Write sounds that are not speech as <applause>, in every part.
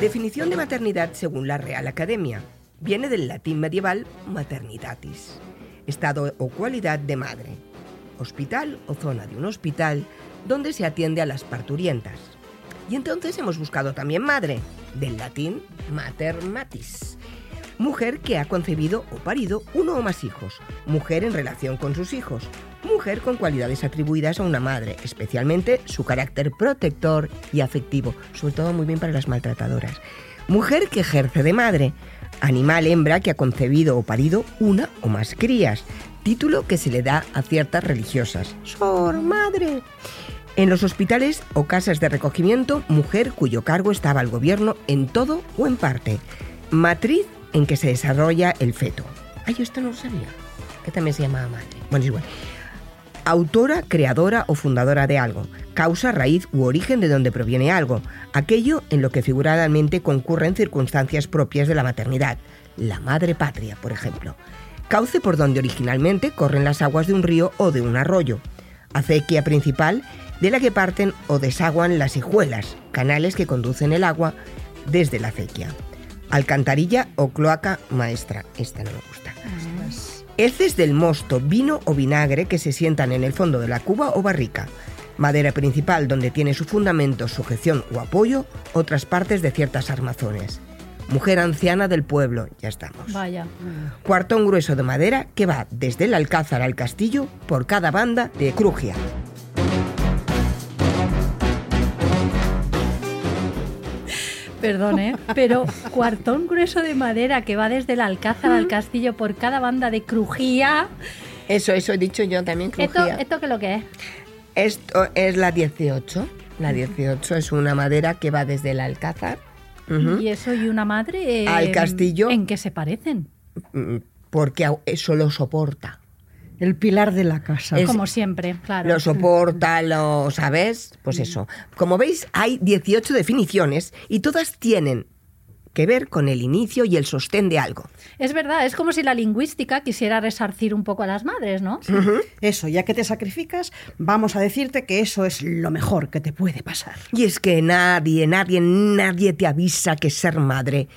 Definición de maternidad según la Real Academia. Viene del latín medieval maternitatis, estado o cualidad de madre, hospital o zona de un hospital donde se atiende a las parturientas. Y entonces hemos buscado también madre, del latín mater matis, mujer que ha concebido o parido uno o más hijos, mujer en relación con sus hijos, mujer con cualidades atribuidas a una madre, especialmente su carácter protector y afectivo, sobre todo muy bien para las maltratadoras. Mujer que ejerce de madre, animal hembra que ha concebido o parido una o más crías, título que se le da a ciertas religiosas. ¡Sor madre! En los hospitales o casas de recogimiento, mujer cuyo cargo estaba al gobierno en todo o en parte. Matriz en que se desarrolla el feto. Ay, yo esto no lo sabía. Que también se llamaba madre. Bueno, es igual autora, creadora o fundadora de algo, causa, raíz u origen de donde proviene algo, aquello en lo que figuradamente concurren circunstancias propias de la maternidad, la madre patria, por ejemplo, cauce por donde originalmente corren las aguas de un río o de un arroyo, acequia principal de la que parten o desaguan las hijuelas, canales que conducen el agua desde la acequia, alcantarilla o cloaca maestra, esta no me gusta. Heces del mosto, vino o vinagre que se sientan en el fondo de la cuba o barrica. Madera principal donde tiene su fundamento, sujeción o apoyo, otras partes de ciertas armazones. Mujer anciana del pueblo, ya estamos. Vaya. Cuartón grueso de madera que va desde el alcázar al castillo por cada banda de crujia. <laughs> Perdón, ¿eh? Pero cuartón grueso de madera que va desde el alcázar Mm. al castillo por cada banda de crujía. Eso, eso he dicho yo también, ¿Esto, crujía. ¿Esto qué es lo que es? Esto es la 18. La 18 es una madera que va desde el alcázar. Ujú. Y eso y una madre. eh, Al castillo. ¿En qué se parecen? Mm, porque au- eso lo soporta. El pilar de la casa. Es- Como siempre, claro. Lo soporta, lo sabes, pues eso. Como veis, hay 18 definiciones y todas tienen que ver con el inicio y el sostén de algo. Es verdad, es como si la lingüística quisiera resarcir un poco a las madres, ¿no? Eso, ya que te sacrificas, vamos a decirte que eso es lo mejor que te puede pasar. Y es que nadie, nadie, nadie te avisa que ser madre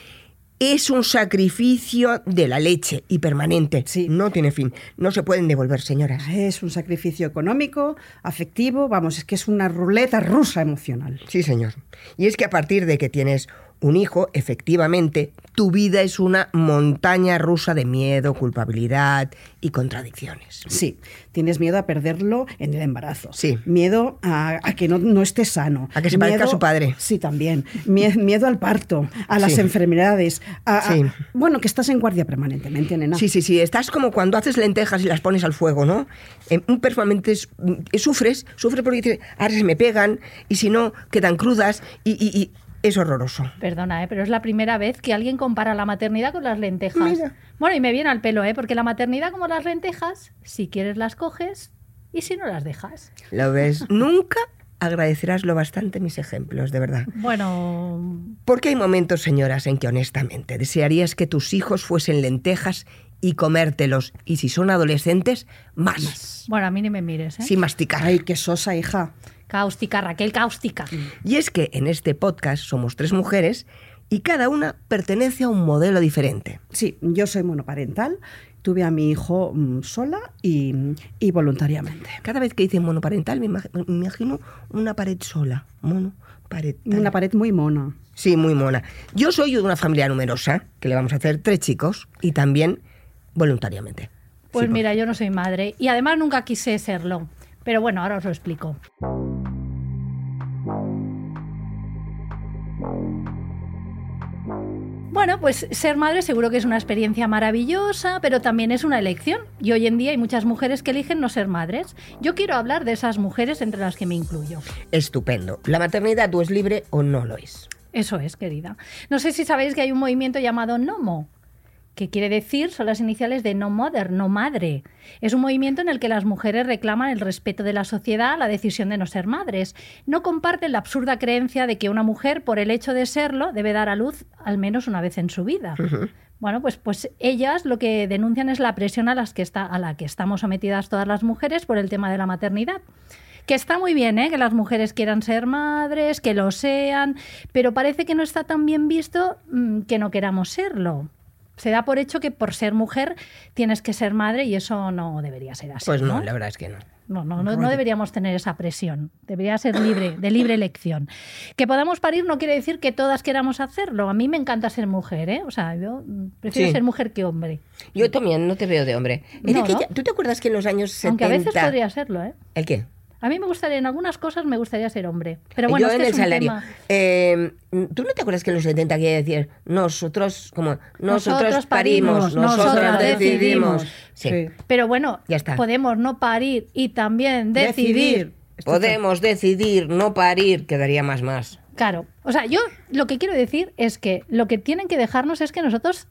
es un sacrificio de la leche y permanente. Sí. No tiene fin. No se pueden devolver, señoras. Es un sacrificio económico, afectivo, vamos, es que es una ruleta rusa emocional. Sí, señor. Y es que a partir de que tienes un hijo, efectivamente, tu vida es una montaña rusa de miedo, culpabilidad y contradicciones. Sí, tienes miedo a perderlo en el embarazo. Sí. Miedo a, a que no, no esté sano. A que se parezca Miedo- a su padre. Sí, también. Mie- miedo al parto, a las Sí. enfermedades. a- a- Sí. bueno, que estás en guardia permanentemente, nena. Sí, sí, sí. Estás como cuando haces lentejas y las pones al fuego, ¿no? En un permanente es- eh, sufres, sufres porque dices, ahora se me pegan y si no, quedan crudas y, y- y es horroroso. Perdona, ¿eh? pero es la primera vez que alguien compara la maternidad con las lentejas. Mira. Bueno, y me viene al pelo, ¿eh? porque la maternidad como las lentejas, si quieres las coges y si no las dejas. ¿Lo ves? <laughs> Nunca agradecerás lo bastante mis ejemplos, de verdad. Bueno, Porque hay momentos, señoras, en que honestamente desearías que tus hijos fuesen lentejas y comértelos, y si son adolescentes, más, bueno, a mí ni me mires, ¿eh? sin masticar. Ay, qué sosa, hija. Cáustica, Raquel, cáustica. Y es que en este podcast somos tres mujeres y cada una pertenece a un modelo diferente. Sí, yo soy monoparental, tuve a mi hijo mm, sola y, y voluntariamente. Cada vez que dicen monoparental me imag- me imagino una pared sola, monoparental. Una pared muy mona. Sí, muy mona. Yo soy de una familia numerosa, que le vamos a hacer tres chicos y también voluntariamente. Pues Sí, mira, yo no soy madre y además nunca quise serlo. Pero bueno, ahora os lo explico. Bueno, pues ser madre seguro que es una experiencia maravillosa, pero también es una elección. Y hoy en día hay muchas mujeres que eligen no ser madres. Yo quiero hablar de esas mujeres entre las que me incluyo. Estupendo. La maternidad o es libre o no lo es. Eso es, querida. No sé si sabéis que hay un movimiento llamado NOMO, que quiere decir, son las iniciales de No Mother, No Madre. Es un movimiento en el que las mujeres reclaman el respeto de la sociedad a la decisión de no ser madres. No comparten la absurda creencia de que una mujer, por el hecho de serlo, debe dar a luz al menos una vez en su vida. Bueno, pues, pues ellas lo que denuncian es la presión a, las que está, a la que estamos sometidas todas las mujeres por el tema de la maternidad. Que está muy bien, ¿eh? Que las mujeres quieran ser madres, que lo sean, pero parece que no está tan bien visto mm, que no queramos serlo. Se da por hecho que por ser mujer tienes que ser madre y eso no debería ser así. Pues no, ¿no? la verdad es que no. No, no, no, no deberíamos tener esa presión. Debería ser libre, de libre elección. Que podamos parir no quiere decir que todas queramos hacerlo. A mí me encanta ser mujer, ¿eh? O sea, yo mm, prefiero Sí. ser mujer que hombre. Yo también no te veo de hombre. Es No, de que ¿no? ya- ¿Tú te acuerdas que en los años 70... Aunque a veces podría serlo, ¿eh? ¿El qué? A mí me gustaría, en algunas cosas me gustaría ser hombre. Pero bueno, Yo es en que el es un salario. tema. Eh, ¿Tú no te acuerdas que en los 70 que decías, nosotros, como, nosotros, Nosotros parimos, parimos, nosotros, nosotras decidimos? Sí. Pero bueno, Ya está. podemos no parir y también decidir. Esto está- Podemos decidir no parir, quedaría más más. Claro. O sea, yo lo que quiero decir es que lo que tienen que dejarnos es que nosotros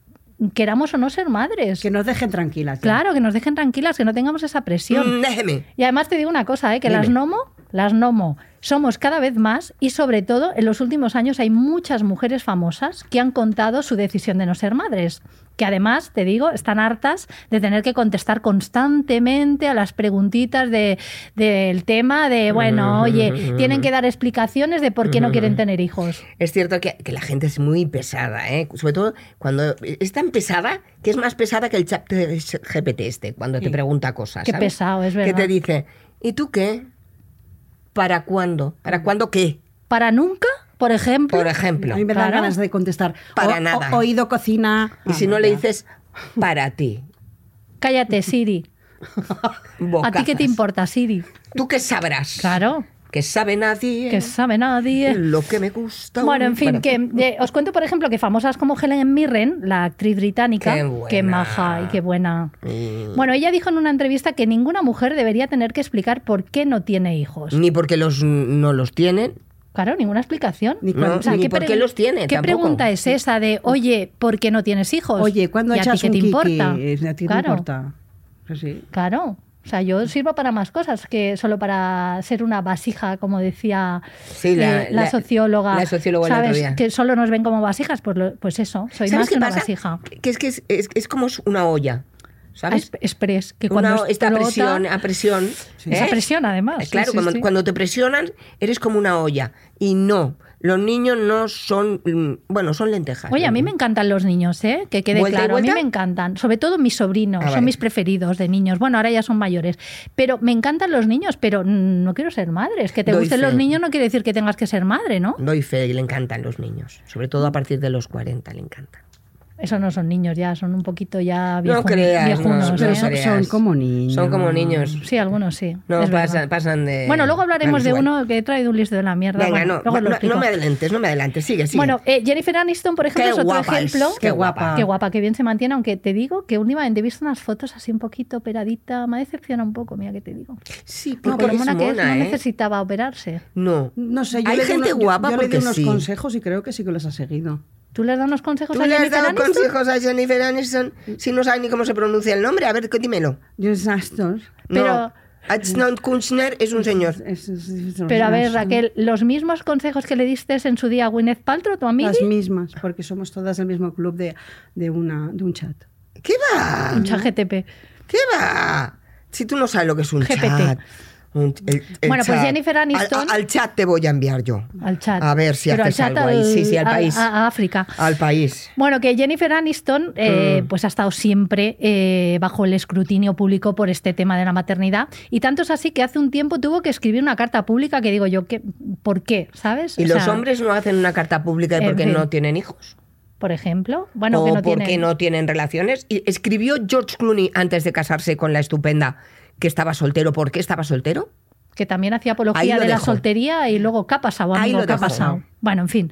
queramos o no ser madres. Que nos dejen tranquilas. ya. Claro, que nos dejen tranquilas, que no tengamos esa presión. Mm, déjeme. Y además te digo una cosa, ¿eh? que las Dime. NOMO, las NOMO, somos cada vez más y sobre todo en los últimos años hay muchas mujeres famosas que han contado su decisión de no ser madres. Que además, te digo, están hartas de tener que contestar constantemente a las preguntitas de- del tema de, bueno, oye, tienen que dar explicaciones de por qué no quieren tener hijos. Es cierto que, que la gente es muy pesada, ¿eh? sobre todo cuando es tan pesada que es más pesada que el chat de GPT este, cuando te pregunta cosas. Qué Ah, ¿sabes? pesado, es Que verdad. te dice, ¿y tú qué? ¿Para cuándo? Mm. ¿Para cuándo qué? Para nunca, por ejemplo. Por ejemplo. A mí me dan Claro. ganas de contestar. Para O- o- nada. oído cocina. Y si Ah, no le ya. dices, para ti. Cállate, Siri. ¿A ti qué te bocazas. importa, Siri? ¿Tú qué sabrás? Claro, Que sabe nadie que sabe nadie. lo que me gusta. Bueno, en fin, Bueno, que eh, os cuento, por ejemplo, que famosas como Helen Mirren, la actriz británica, Qué que buena. maja y qué buena. mm, Bueno, ella dijo en una entrevista que ninguna mujer debería tener que explicar por qué no tiene hijos. Ni porque los no los tienen. Claro, ninguna explicación. Ni cuan- O sea, ni por pre- qué los tiene, ¿Qué tampoco. pregunta es esa de, oye, ¿por qué no tienes hijos? Oye, ¿cuándo ¿Y a ti echas qué un te kiki? importa? A ti claro, te importa. Pues sí. Claro. O sea, yo sirvo para más cosas que solo para ser una vasija, como decía Sí, la- eh, la la- socióloga. la socióloga el otro ¿Sabes? día. Que solo nos ven como vasijas, pues, lo- pues eso, soy ¿Sabes más qué que una pasa? vasija. Que es que es, es- es como una olla. ¿Sabes? Ah, es- express, que Una- cuando esta explota- presión, a presión. ¿eh? Esa presión, además. Eh, sí, Claro, sí, cuando, sí. cuando te presionan, eres como una olla. Y no, los niños no son. mm, Bueno, son lentejas. Oye, a mí me encantan los niños, ¿eh? Que quede ¿Vuelta y claro, a mí vuelta? me encantan. Sobre todo mis sobrinos, Ah, vale. son mis preferidos de niños. Bueno, ahora ya son mayores. Pero me encantan los niños, pero mm, no quiero ser madre. Es que te Doy gusten los fe. niños no quiere decir que tengas que ser madre, ¿no? Doy fe y le encantan los niños. Sobre todo a partir de los 40 le encantan. Eso no son niños ya, son un poquito ya No viejun- creas, no, viejunos. no ¿eh? son- creas. son como niños. Son como niños. Sí, algunos sí. No, es pasan, verdad. pasan de. Bueno, luego hablaremos Bueno, de es igual. uno que he traído un listo de la mierda. Venga, Bueno, no, luego no, lo no explico. me adelantes, no me adelantes, sigue, sigue. Bueno, eh, Jennifer Aniston, por ejemplo, Qué es otro guapa es, ejemplo. qué guapa. Qué guapa, qué bien se mantiene, aunque te digo que últimamente he visto unas fotos así un poquito operadita. Me decepciona un poco, mira que te digo. sí, No, porque por es una que es, mona, no ¿eh? necesitaba operarse. No. No sé, yo Hay le di gente unos- yo- guapa yo, le porque di unos sí. consejos y creo que sí que los ha seguido. ¿Tú le has dado unos consejos ¿Tú a le has Jennifer dado Aniston? consejos a Jennifer Aniston si no sabe ni cómo se pronuncia el nombre? A ver, qué- dímelo. Disasters. No. Pero- Adnan Kushner es un señor. Es- es- es- Pero a ver, son Raquel, los mismos consejos que le diste en su día a Gwyneth Paltrow, tu amiga. Las mismas, porque somos todas del mismo club de, de, una, de un chat. ¿Qué va? Un chat GTP. ¿Qué va? Si tú no sabes lo que es un GPT. chat. Un- el- el Bueno, pues chat. Jennifer Al- Aniston- Al, al chat te voy a enviar yo. Al chat. A ver si Pero haces al chat algo ahí. al- Sí, sí, al a- país. A, a África. Al país. Bueno, que Jennifer Aniston eh, pues ha estado siempre eh, bajo el escrutinio público por este tema de la maternidad y tanto es así que hace un tiempo tuvo que escribir una carta pública que digo yo, ¿qué, ¿por qué? ¿Sabes? ¿Y O los sea, hombres no hacen una carta pública de en por qué fin. no tienen hijos? Por ejemplo, bueno, que o no porque tienen... no tienen relaciones. Y escribió George Clooney antes de casarse con la estupenda que estaba soltero. ¿Por qué estaba soltero? que también hacía Ahí apología lo de la dejo. soltería y luego ¿qué ha pasado, Ahí amigo? lo ¿Qué ha dejo. pasado? Bueno, en fin,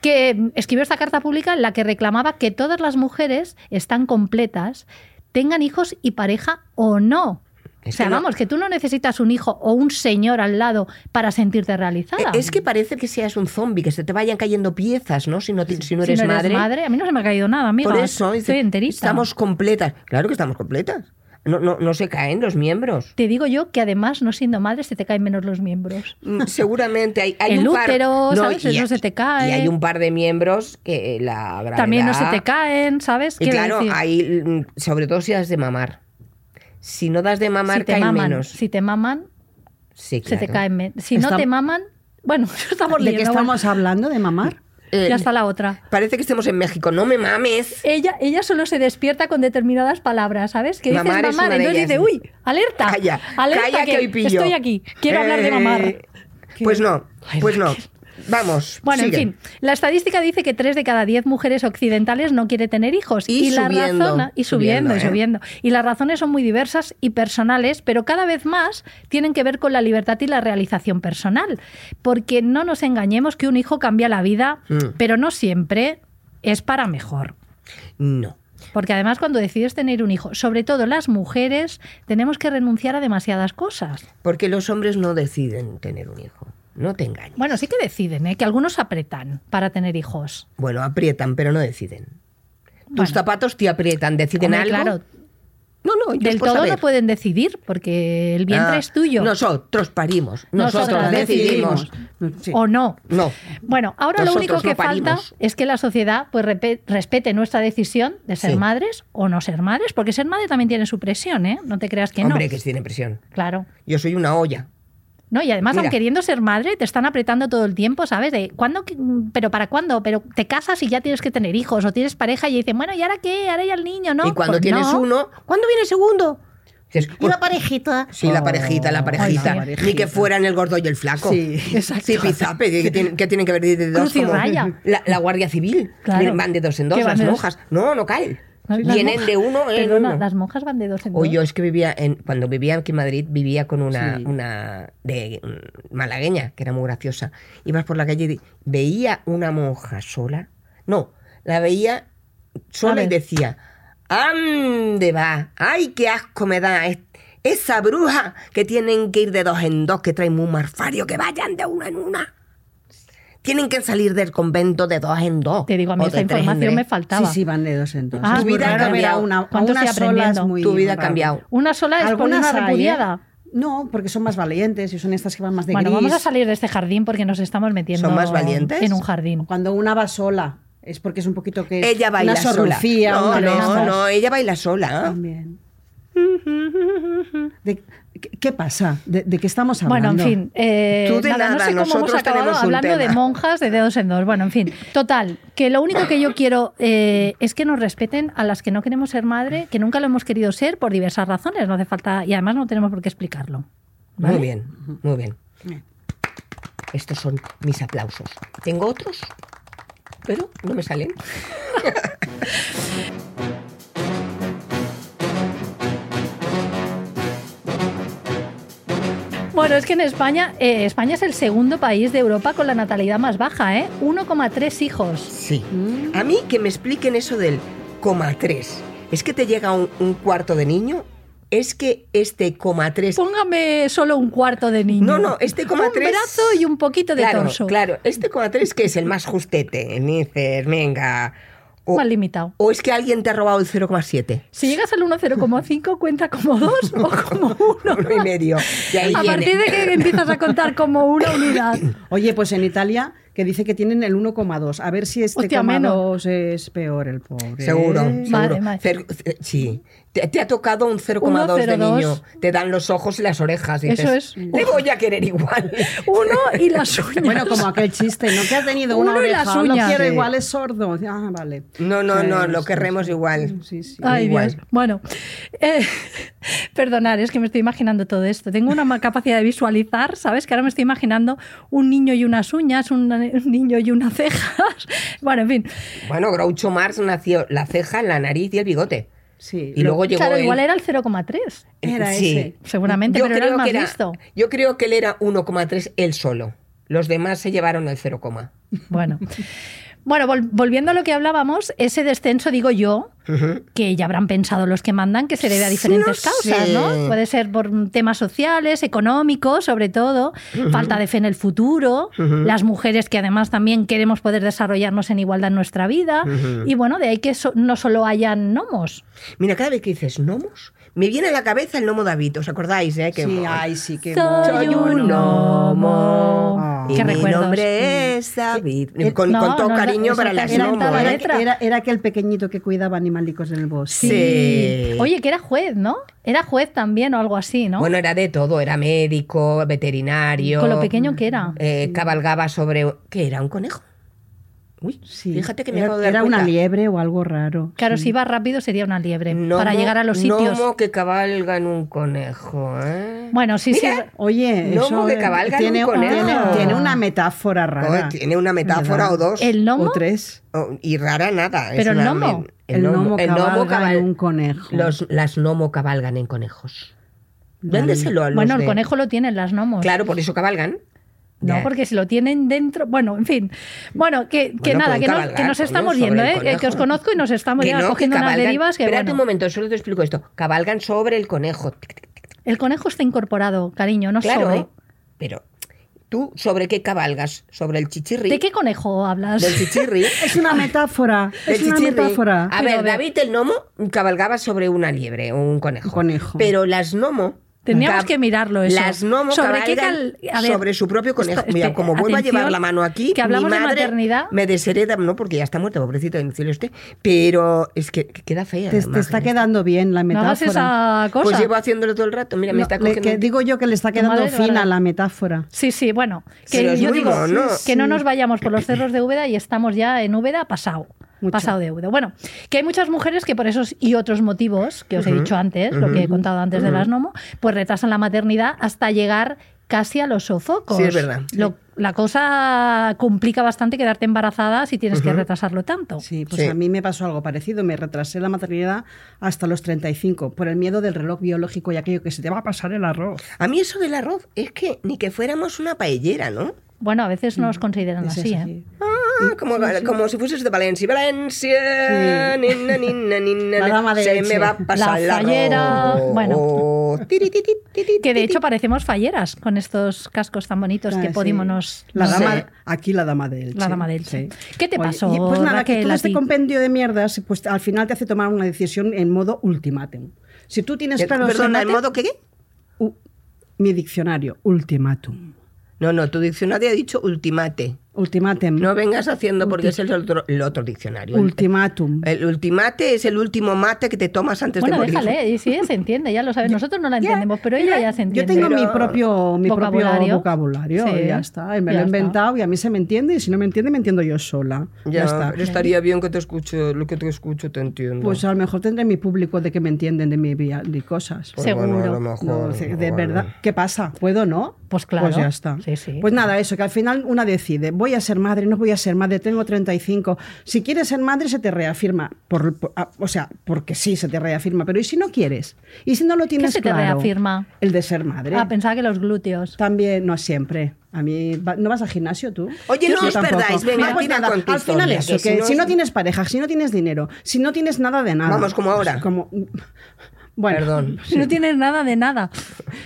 que mm, escribió esta carta pública en la que reclamaba que todas las mujeres están completas, tengan hijos y pareja o no. Es o sea, que no- vamos, que tú no necesitas un hijo o un señor al lado para sentirte realizada. Eh, Es que parece que seas un zombie, que se te vayan cayendo piezas, ¿no? Si no, ti- si no si eres, no eres madre, a mí no se me ha caído nada, amigo. Por eso dice, estoy enterita. estamos completas. Claro que estamos completas. No, no, no se caen los miembros. Te digo yo que además no siendo madre se te caen menos los miembros. Mm, <laughs> Seguramente hay, hay El un par... útero, ¿sabes? Eso se te cae. Y hay un par de miembros que la gravedad... También no se te caen, ¿sabes? Y Quiero claro, decir, hay, mm, sobre todo si das de mamar. Si no das de mamar, si te caen maman, menos. si te maman, Sí, Se te claro. caen. men- Si no Estam- te maman, bueno, <laughs> estamos ¿De qué leyendo. estamos hablando? ¿De mamar? Eh, Y hasta la otra. Parece que estemos en México, no me mames. Ella, ella solo se despierta con determinadas palabras, ¿sabes? Que dices Mamar mamar, es una de entonces ellas. dice, uy, alerta. Calla, alerta calla que, hoy pillo. Estoy aquí, quiero hablar de Eh, mamar. Pues no, Ay, pues no. Raquel. Vamos. Bueno, sigue. en fin, la estadística dice que 3 de cada 10 mujeres occidentales no quiere tener hijos. Y la subiendo, razón- y subiendo, subiendo, y ¿eh? subiendo. Y las razones son muy diversas y personales, pero cada vez más tienen que ver con la libertad y la realización personal. Porque no nos engañemos que un hijo cambia la vida, Mm. pero no siempre es para mejor. No. Porque además cuando decides tener un hijo, sobre todo las mujeres, tenemos que renunciar a demasiadas cosas. Porque los hombres no deciden tener un hijo. No te engañes. Bueno, sí que deciden, ¿eh? que algunos apretan para tener hijos. Bueno, aprietan, pero no deciden. Tus Bueno. zapatos te aprietan, deciden Hombre, algo. claro, No, no, yo Del es por todo no saber. pueden decidir, porque el vientre Ah, es tuyo. Nosotros parimos, nosotros, Nosotras decidimos. Sí. O no. No. Bueno, ahora Nosotros lo único que no falta parimos. es que la sociedad pues, repe- respete nuestra decisión de ser Sí. madres o no ser madres, porque ser madre también tiene su presión, ¿eh? No te creas que Hombre, no. que tiene presión. Claro. Yo soy una olla. No, y además, Mira. aun queriendo ser madre, te están apretando todo el tiempo, ¿sabes? De cuándo, que- pero para cuándo, pero te casas y ya tienes que tener hijos, o tienes pareja y dicen, bueno, ¿y ahora qué? Ahora ya el niño, ¿no? y cuando Pues tienes no. uno, ¿cuándo viene el segundo? Dices, Una pues, parejita. sí, la parejita, la Oh, parejita. la Ni parejita. que fueran el gordo y el flaco. Sí, exacto. Sí, pizape, que, tienen, que tienen que ver de dos Cruz y como raya. La, la Guardia Civil. Claro. Van de dos en dos, Que van las de dos. monjas. No, no cal. Las Vienen monjas- de uno en Perdona, uno. las monjas van de dos en dos. O yo es que vivía, en, cuando vivía aquí en Madrid, vivía con una, Sí. una de mm, malagueña, que era muy graciosa. Ibas por la calle y di- veía una monja sola. No, la veía sola A y ver. decía, ¡Ande va! ¡Ay, qué asco me da es- esa bruja que tienen que ir de dos en dos, que trae un marfario, que vayan de una en una! Tienen que salir del convento de dos en dos. Te digo, a o mí de esa tres en información tres. me faltaba. Sí, sí, van de dos en dos. Ah, Es Tu muy vida ha raro ver a cambiado. una, a ¿Cuánto estoy una sola es aprendiendo? muy Tu vida ha raro. cambiado. Una sola es por una hay, ¿eh? repudiada. No, porque son más valientes y son estas que van más de Bueno, gris. vamos a salir de este jardín porque nos estamos metiendo ¿Son más valientes? en un jardín. Cuando una va sola, es porque es un poquito que. Ella baila una sola. sorrufía, no, una de no, estas. no, ella baila Ah. Ah, sola. <laughs> También. De- ¿qué, qué pasa? ¿De, de qué estamos hablando? Bueno, en fin. eh, Tú de nada, no nada, sé cómo hemos nosotros acabado tenemos un hablando tema. de monjas de dedos en dos. Bueno, en fin. Total, que lo único que yo quiero eh, es que nos respeten a las que no queremos ser madre, que nunca lo hemos querido ser por diversas razones. No hace falta. Y además no tenemos por qué explicarlo. Muy bien, muy bien. Estos son mis aplausos. Tengo otros, pero no me salen. Bueno, es que en España, eh, España es el segundo país de Europa con la natalidad más baja, ¿eh? 1,3 hijos. Sí. A mí que me expliquen eso del coma 3. Es que te llega un, un cuarto de niño, es que este coma 3... Póngame solo un cuarto de niño. No, no, este coma Un 3... brazo y un poquito de claro, torso. Claro, este coma 3 que es el más justete. Dices, venga... O, Más limitado. o es que alguien te ha robado el 0,7. Si llegas al 1, 0,5 cuenta como 2 o como 1. Uno y medio. Y ahí A viene. partir de que empiezas a contar como una unidad. Oye, pues en Italia, que dice que tienen el 1,2. A ver si este Hostia, coma menos. dos es peor, el pobre. Eh, Seguro, seguro. madre. Cer- ce- sí. Te, te ha tocado un 0,2 de 1,02. niño. Te dan los ojos y las orejas. y Eso dices, es. Te voy a querer <laughs> igual. Uno y las uñas. Bueno, como aquel chiste, ¿no? Que ha tenido una Uno y oreja, las lo uñas. quiero Sí. igual, es sordo. Ah, vale. No, no, no, Bueno, lo sí, querremos sí. igual. Sí, sí. Ay, igual. Dios. Bueno, eh, <laughs> perdonad, es que me estoy imaginando todo esto. Tengo una ma- capacidad de visualizar, ¿sabes? Que ahora me estoy imaginando un niño y unas uñas, un, un niño y unas cejas. <laughs> Bueno, en fin. Bueno, Groucho Marx nació la ceja, la nariz y el bigote. Sí. Y luego llegó. Claro, él- igual era el 0,3, Era sí. ese. seguramente, Yo pero era el creo más que era- listo. Yo creo que él era 1,3 él solo. Los demás se llevaron el 0, coma. Bueno. Bueno, vol- volviendo a lo que hablábamos, ese descenso, digo yo, que ya habrán pensado los que mandan que se debe a diferentes No causas, sé. ¿no? Puede ser por mm, temas sociales, económicos, sobre todo, falta de fe en el futuro, las mujeres que además también queremos poder desarrollarnos en igualdad en nuestra vida, y bueno, de ahí que so- no solo hayan gnomos. Mira, cada vez que dices gnomos, me viene a la cabeza el gnomo David. ¿Os acordáis? Eh? Que Sí, ay, sí, que Soy Soy un un gnomo. Ah. Y Y Qué mi recuerdos. nombre es David. Eh, Con, no, con todo no, no, cariño eso para te las era nomo, toda la ¿eh? letra. era, era aquel pequeñito que cuidaba animalicos en el bosque. Sí. Oye, que era juez, ¿no? Era juez también o algo así, ¿no? Bueno, era de todo, era médico, veterinario. Con lo pequeño que era. eh, cabalgaba sobre. ¿Qué era? ¿Un conejo? Uy, Sí. fíjate que me era, acabo de dar Era una cuenta. liebre o algo raro. Claro, sí. si iba rápido sería una liebre Mm. Gnomo- para llegar a los sitios. Gnomo que cabalga en un conejo, ¿eh? Bueno, sí, sí. Mira, Oye, Gnomo eso que eh, cabalga en tiene, un conejo. tiene, tiene una metáfora rara. Oh, tiene una metáfora ¿Verdad? o dos. El gnomo. O tres. Oh, y rara nada. es Pero el una gnomo. men- El gnomo el gnomo cabalga cabal- en un conejo. Los, las gnomo cabalgan en conejos. Véndeselo a los Mm. Bueno, el de- conejo lo tienen las gnomos. Claro, por eso cabalgan. No, Ya. porque si lo tienen dentro. Bueno, en fin. Bueno, que, que Bueno, pues nada, pueden que, no- cabalgar, que nos coño, estamos sobre yendo, el ¿eh? conejo. Que os conozco y nos estamos Que ya no, que cogiendo unas cabalgan. derivas. Que, Espérate bueno. un momento, solo te explico esto. Cabalgan sobre el conejo. Tic, tic, tic, El conejo está incorporado, cariño, no Claro. ¿eh? sobre. Pero, ¿tú sobre qué cabalgas? ¿Sobre el chichirri? ¿De qué conejo hablas? <laughs> Del chichirri. Es una metáfora. Del es una chichirri. Ah, metáfora. A Pero ver, de- David el gnomo cabalgaba sobre una liebre o un conejo. Un conejo. Pero las gnomo... Teníamos cab- que mirarlo eso. Las gnomo ¿Sobre qué cabalgan cal- a ver, sobre su propio conejo. espe- Mira, espe- como vuelvo a llevar atención, la mano aquí, que hablamos mi de madre maternidad. me deshereda, no porque ya está muerta, pobrecito, en cielo esté, pero es que que queda fea. Te, la te imagen está esta. quedando bien la no hagas metáfora. esa cosa. Pues llevo haciéndolo todo el rato. Mira, me No, está le- cogiendo. que digo yo que le está quedando madre, fina ¿verdad? la metáfora. Sí, sí, bueno, que Pero es yo muy digo mono. que no nos vayamos por los cerros de Úbeda y estamos ya en Úbeda pasado. Mucho. Pasado de Úbeda. Bueno, que hay muchas mujeres que por esos y otros motivos que os he Ujú, dicho antes, lo que he contado antes de las NOMO, pues retrasan la maternidad hasta llegar casi a los sofocos. Sí, es verdad. Lo- la cosa complica bastante quedarte embarazada si tienes que retrasarlo tanto. Sí, pues Sí. a mí me pasó algo parecido. Me retrasé la maternidad hasta los 35 por el miedo del reloj biológico y aquello que se te va a pasar el arroz. A mí eso del arroz es que ni que fuéramos una paellera, ¿no? Bueno, a veces nos consideran Mm, Es así, ¿eh? así. Ah, como, como si fueses de Valencia. Valencia, Sí. nina, nina, <laughs> nina, La dama de se Elche. me va a pasar La el arroz. fallera, bueno. Oh, tiri, tiri, tiri, Que de hecho tiri. parecemos falleras con estos cascos tan bonitos Ah, que sí. podímonos... La no sé, dama, Aquí la dama de Elche. La dama de Elche. Sí. ¿Qué te Oye, pasó, y Pues nada, que Raquel, todo a este ti? compendio de mierdas, pues al final te hace tomar una decisión en modo ultimátum. Si tú tienes Eh, claro... Perdona, ¿el ultimátum- modo que qué? u- mi diccionario, ultimátum. No, no, tu diccionario ha dicho ultimate. Ultimátum. No vengas haciendo porque es el otro, el otro diccionario. El- ultimátum. El, ultimate es el último mate que te tomas antes Bueno, de morir. déjale, y sí, se entiende, ya lo sabes. Nosotros no la Ya, entendemos, pero ella mira, ya se entiende. Yo tengo mi Pero- propio, mi Vocabulario. propio vocabulario, Sí. y ya está. y me Ya lo he está. inventado y a mí se me entiende, y si no me entiende, me entiendo yo sola. Ya, Ya, está. pero estaría bien que te escuche, lo que te escucho te entiendo. Pues a lo mejor tendré mi público de que me entienden de mi vida y cosas. Pues bueno, Seguro. a lo mejor, No, de de bueno. verdad. ¿Qué pasa? ¿Puedo no? Pues claro. Pues ya está. Sí, sí. Pues nada, eso, que al final una decide, voy a ser madre, no voy a ser madre, tengo 35. Si quieres ser madre, se te reafirma. Por, por- ah, o sea, porque sí, se te reafirma. Pero ¿y si no quieres? ¿Y si no lo tienes se te claro? reafirma? El de ser madre. Ah, pensaba que los glúteos. También, no siempre. A mí, va- ¿no vas al gimnasio tú? Oye, no Yo os tampoco. perdáis, venga, pues tira nada, con tu Al final historia, eso, que que, si no- si no tienes pareja, si no tienes dinero, si no tienes nada de nada. Vamos, como ahora. Como... <laughs> Bueno, <laughs> Perdón. No tienes nada de nada.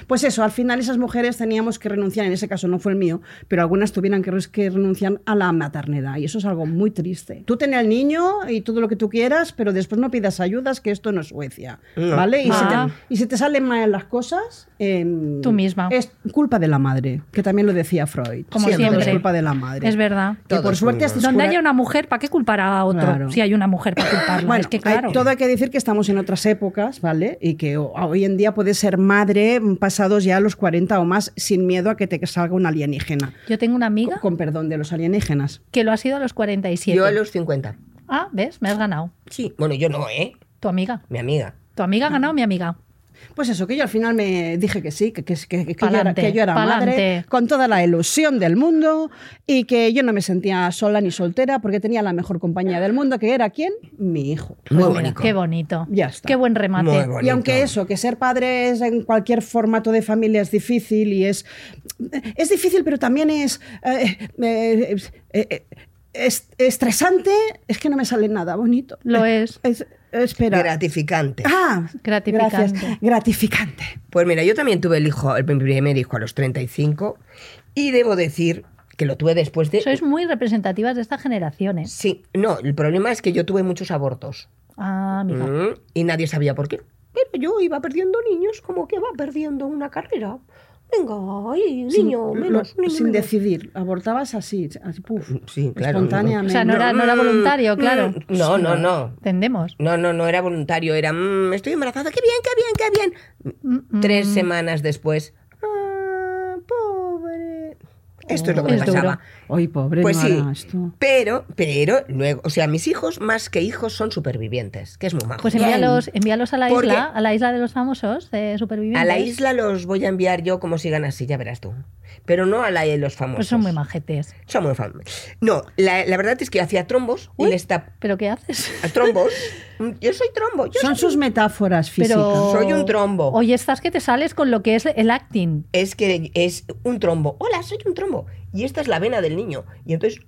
pues eso, al final esas mujeres teníamos que renunciar, en ese caso no fue el mío, pero algunas tuvieron que, res- que renunciar a la maternidad y eso es algo muy triste. Tú ten al niño y todo lo que tú quieras, pero después no pidas ayudas, que esto no es Suecia, No. ¿vale? Y, Ah. si te, y si te salen mal las cosas... em, Tú misma. Es culpa de la madre, que también lo decía Freud. Como Todo siempre. Es culpa de la madre. Es verdad. Que Todo por es suerte... culpa. hasta Donde oscura- haya una mujer, ¿para qué culpar a otro? Claro. Si hay una mujer para culparla. Bueno, es que hay- claro. todo hay que decir que estamos en otras épocas, ¿vale? Y que ho- hoy en día puedes ser madre mm, pasados ya los 40 o más sin miedo a que te salga un alienígena. Yo tengo una Co- amiga Con perdón de los alienígenas. que lo ha sido a los 47. Yo a los 50. Ah, ¿ves? Me has ganado. Sí. Bueno, yo no, ¿eh? Tu amiga. Mi amiga. Tu amiga ha ganado mi amiga. Pues eso, que yo al final me dije que sí, que, que, que- que yo, era, Pa'lante, que yo era madre, pa'lante. con toda la ilusión del mundo y que yo no me sentía sola ni soltera porque tenía la mejor compañía del mundo, que era quién? Mi hijo. Muy Pues mira, bonito. Qué bonito. Ya está. Qué buen remate. Muy bonito. Y aunque eso, que ser padre es en cualquier formato de familia es difícil y es. Es difícil, pero también es. eh, eh, eh, eh, es- estresante, es que no me sale nada bonito. Lo es. Es- espera. Gratificante. Ah, Gratificante. gracias. Gratificante. Pues mira, yo también tuve el hijo, el primer hijo a los 35 y debo decir que lo tuve después de... Sois muy representativas de esta generación, ¿eh? Sí, no, el problema es que yo tuve muchos abortos Ah, mira. Mm, y nadie sabía por qué. Pero yo iba perdiendo niños como que va perdiendo una carrera. venga, ay, niño, sin, menos, lo- niño, sin menos. decidir, abortabas así, así puf, Mm, Sí, claro. espontáneamente. O sea, no era, no era voluntario, claro. Mm, No, no, no. Entendemos. No, no, no era voluntario, era "Mm, estoy embarazada, qué bien, qué bien, qué bien. Mm, mm. Tres semanas después, "Ah, pobre. Esto es lo que Es me duro. pasaba. Ay, pobre, Pues no sí, hará esto. pero, pero luego, o sea, mis hijos más que hijos son supervivientes, que es muy majo. Pues Bien. envíalos, envíalos a la Porque- isla, a la isla de los famosos, de supervivientes. A la isla los voy a enviar yo como sigan así, ya verás tú. Pero no a la de los famosos. Pues son muy majetes. Son muy famosos. No, la, la verdad es que yo hacía trombos y Uy. les tap- ¿Pero qué haces? a <laughs> trombos. Mm, Yo soy trombo. Yo Son soy- sus metáforas físicas. Pero... Soy un trombo. Hoy estás que te sales con lo que es el acting. Es que es un trombo. Hola, soy un trombo. Y esta es la vena del niño. Y entonces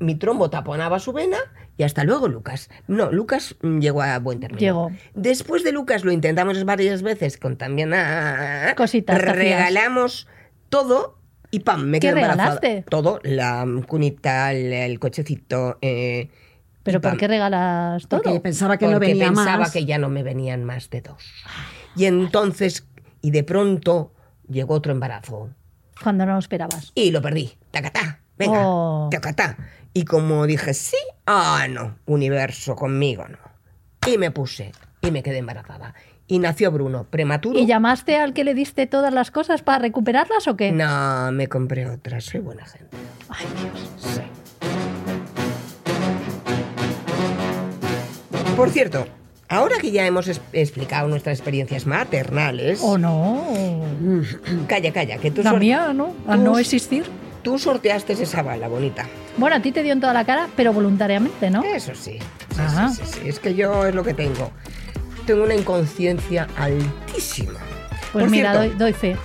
mi trombo taponaba su vena y hasta luego, Lucas. No, Lucas mm, llegó a buen término. Llegó. Después de Lucas lo intentamos varias veces con también ah, Cositas que Regalamos todo y pam, me ¿Qué quedé embarazada. regalaste? Todo, la cunita, el, el cochecito. eh, ¿Pero por Pam. qué regalas todo? Porque pensaba que no porque venía pensaba más. Ah, que ya no me venían más de dos. Y entonces, y de pronto, llegó otro embarazo. Cuando no lo esperabas. Y lo perdí. Tacatá. Venga. Oh. Tacatá. Y como dije sí, ah, no. Universo, conmigo no. Y me puse. Y me quedé embarazada. Y nació Bruno, prematuro. ¿Y llamaste al que le diste todas las cosas para recuperarlas o qué? No, me compré otra. Soy buena gente. Ay, Dios. Sí. Por cierto, ahora que ya hemos es- explicado nuestras experiencias maternales. Oh, ¿O no? Mm. Calla, calla, que tú, La sor- mía, ¿no? A tú- no existir. tú sorteaste esa bala bonita. Bueno, a ti te dio en toda la cara, pero voluntariamente, ¿no? Eso sí. Sí, Ajá. sí, sí, sí. Es que yo es lo que tengo. Tengo una inconsciencia altísima. Pues por, mira, doy, cierto, doy fe.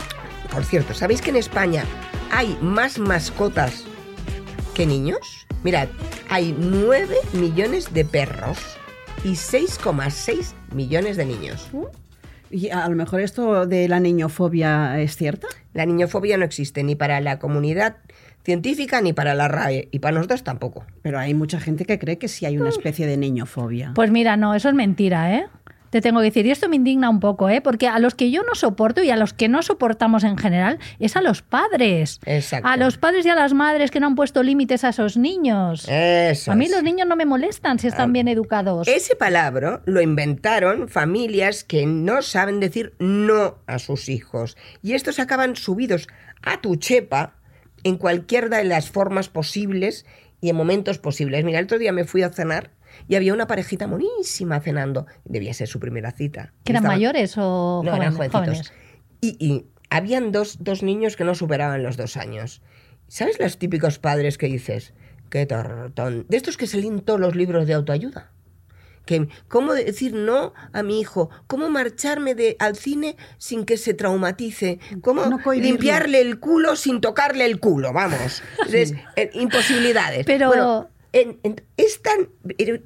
por cierto, ¿sabéis que en España hay más mascotas que niños? Mirad, hay 9 millones de perros y 6,6 millones de niños. Uh. Y a lo mejor esto de la niñofobia es cierta. La niñofobia no existe ni para la comunidad científica ni para la RAE y para nosotros tampoco. Pero hay mucha gente que cree que sí hay una especie de niñofobia. Pues mira, no, eso es mentira, ¿eh? Te tengo que decir, y esto me indigna un poco, ¿eh? Porque a los que yo no soporto y a los que no soportamos en general es a los padres. Exacto. A los padres y a las madres que no han puesto límites a esos niños. Eso. a mí es. Ah, los niños no me molestan si están bien educados. Ese palabra lo inventaron familias que no saben decir no a sus hijos. Y estos acaban subidos a tu chepa en cualquiera de las formas posibles y en momentos posibles. Mira, el otro día me fui a cenar y había una parejita monísima cenando. Debía ser su primera cita. ¿Que eran Estaban- mayores o No, jóvenes? eran jovencitos. jóvenes? Y, y habían dos, dos niños que no superaban los dos años. ¿Sabes los típicos padres que dices? Qué tortón. De estos que se leen todos los libros de autoayuda. Que, ¿Cómo decir no a mi hijo? ¿Cómo marcharme de, al cine sin que se traumatice? ¿Cómo No cohibirlo. limpiarle el culo sin tocarle el culo? <laughs> Vamos. Es- eh, imposibilidades. Pero- Bueno, en- en- es tan. eh,